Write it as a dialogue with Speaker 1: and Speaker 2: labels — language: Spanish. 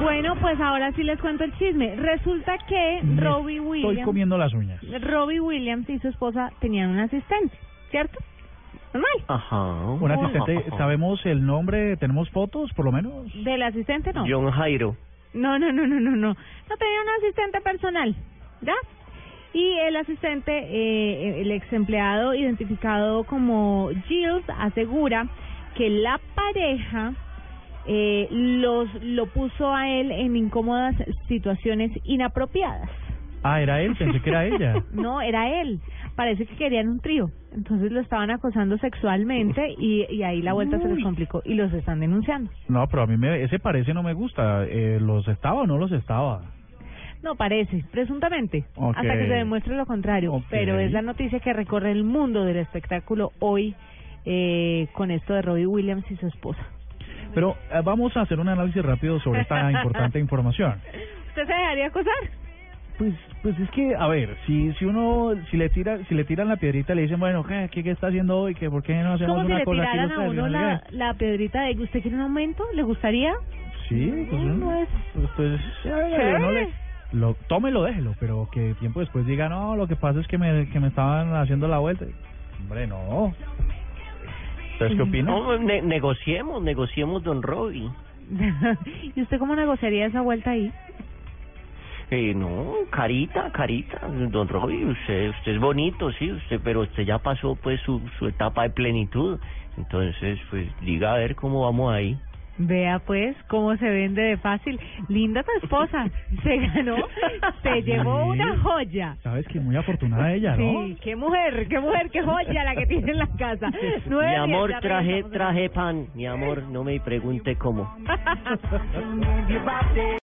Speaker 1: Bueno, pues ahora sí les cuento el chisme. Resulta que
Speaker 2: Me
Speaker 1: Eh, Robbie
Speaker 2: Estoy
Speaker 1: Williams,
Speaker 2: comiendo las uñas.
Speaker 1: Robbie Williams y su esposa tenían un asistente, ¿cierto?
Speaker 2: Ah.
Speaker 1: Normal.
Speaker 3: Ajá.
Speaker 2: Un asistente, ¿sabemos el nombre? ¿Tenemos fotos, por lo menos?
Speaker 1: Del asistente Este no.
Speaker 3: John Jairo.
Speaker 1: No, no, no, no, no, no. No tenía un asistente personal, ¿ya? Y el asistente, eh, el ex empleado identificado como Gilles, asegura que la pareja eh, los, lo puso a él en incómodas situaciones inapropiadas.
Speaker 2: Ah, era él, pensé que era ella.
Speaker 1: No, era él. Parece que querían un trío. Entonces lo estaban acosando sexualmente y, y ahí la vuelta se les complicó y los están denunciando.
Speaker 2: No, pero a mí me, ese parece no me gusta. Eh, ¿Los estaba o no los estaba?
Speaker 1: No parece, presuntamente,
Speaker 2: Ok.
Speaker 1: hasta que se demuestre lo contrario.
Speaker 2: Ok.
Speaker 1: Pero es la noticia que recorre el mundo del espectáculo hoy eh, con esto de Robbie Williams y su esposa.
Speaker 2: Pero eh, vamos a hacer un análisis rápido sobre esta importante información.
Speaker 1: ¿Usted se dejaría acosar?
Speaker 2: Pues, pues es que, a ver, si, si uno, si le tira, si le tiran la piedrita, le dicen, bueno, ¿qué, qué, qué está haciendo hoy? ¿Qué, ¿Por qué no
Speaker 1: Es
Speaker 2: hacemos
Speaker 1: como si
Speaker 2: una
Speaker 1: le
Speaker 2: cosa aquí
Speaker 1: tiraran a
Speaker 2: ustedes?"
Speaker 1: uno
Speaker 2: No,
Speaker 1: la,
Speaker 2: diga,
Speaker 1: la piedrita de ¿usted quiere un aumento? ¿Le gustaría?
Speaker 2: Sí, pues,
Speaker 1: No, no
Speaker 2: no
Speaker 1: es-
Speaker 2: pues, pues,
Speaker 1: Chévere.
Speaker 2: no le- lo, tómelo, déjelo, pero que tiempo después diga, no, lo que pasa es que me, que me estaban haciendo la vuelta. Hombre, no. ¿Ustedes qué opinan?
Speaker 3: No, ne- negociemos, negociemos, don Robbie.
Speaker 1: ¿Y usted cómo negociaría esa vuelta ahí?
Speaker 3: Eh, no, carita, carita, don Robbie, usted, usted es bonito, sí, usted, pero usted ya pasó pues su, su etapa de plenitud, entonces pues diga a ver cómo vamos ahí.
Speaker 1: Vea pues cómo se vende de fácil. Linda tu esposa. Se ganó, se llevó
Speaker 2: Sí.
Speaker 1: una joya.
Speaker 2: Sabes que muy afortunada ella, ¿no?
Speaker 1: Ah. Sí, qué mujer, qué mujer, qué joya la que tiene en la casa.
Speaker 3: Mi
Speaker 1: Nueve,
Speaker 3: amor,
Speaker 1: diez, ya
Speaker 3: traje,
Speaker 1: regresamos.
Speaker 3: traje pan, mi amor, no me pregunte cómo.